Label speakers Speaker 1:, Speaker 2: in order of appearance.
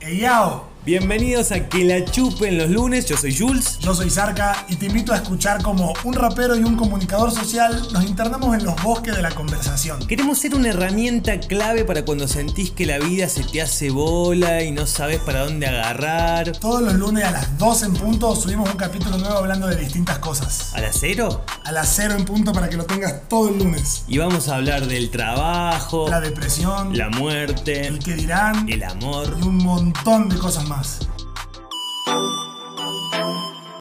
Speaker 1: Hey, yao.
Speaker 2: Bienvenidos a Que la chupen los lunes, yo soy Jules.
Speaker 1: Yo soy Zarca y te invito a escuchar como un rapero y un comunicador social nos internamos en los bosques de la conversación.
Speaker 2: Queremos ser una herramienta clave para cuando sentís que la vida se te hace bola y no sabes para dónde agarrar.
Speaker 1: Todos los lunes a las 12 en punto subimos un capítulo nuevo hablando de distintas cosas.
Speaker 2: ¿A la cero?
Speaker 1: A las 0 en punto para que lo tengas todo el lunes.
Speaker 2: Y vamos a hablar del trabajo,
Speaker 1: La depresión,
Speaker 2: la muerte,
Speaker 1: el que dirán
Speaker 2: el amor.
Speaker 1: y un montón de cosas más.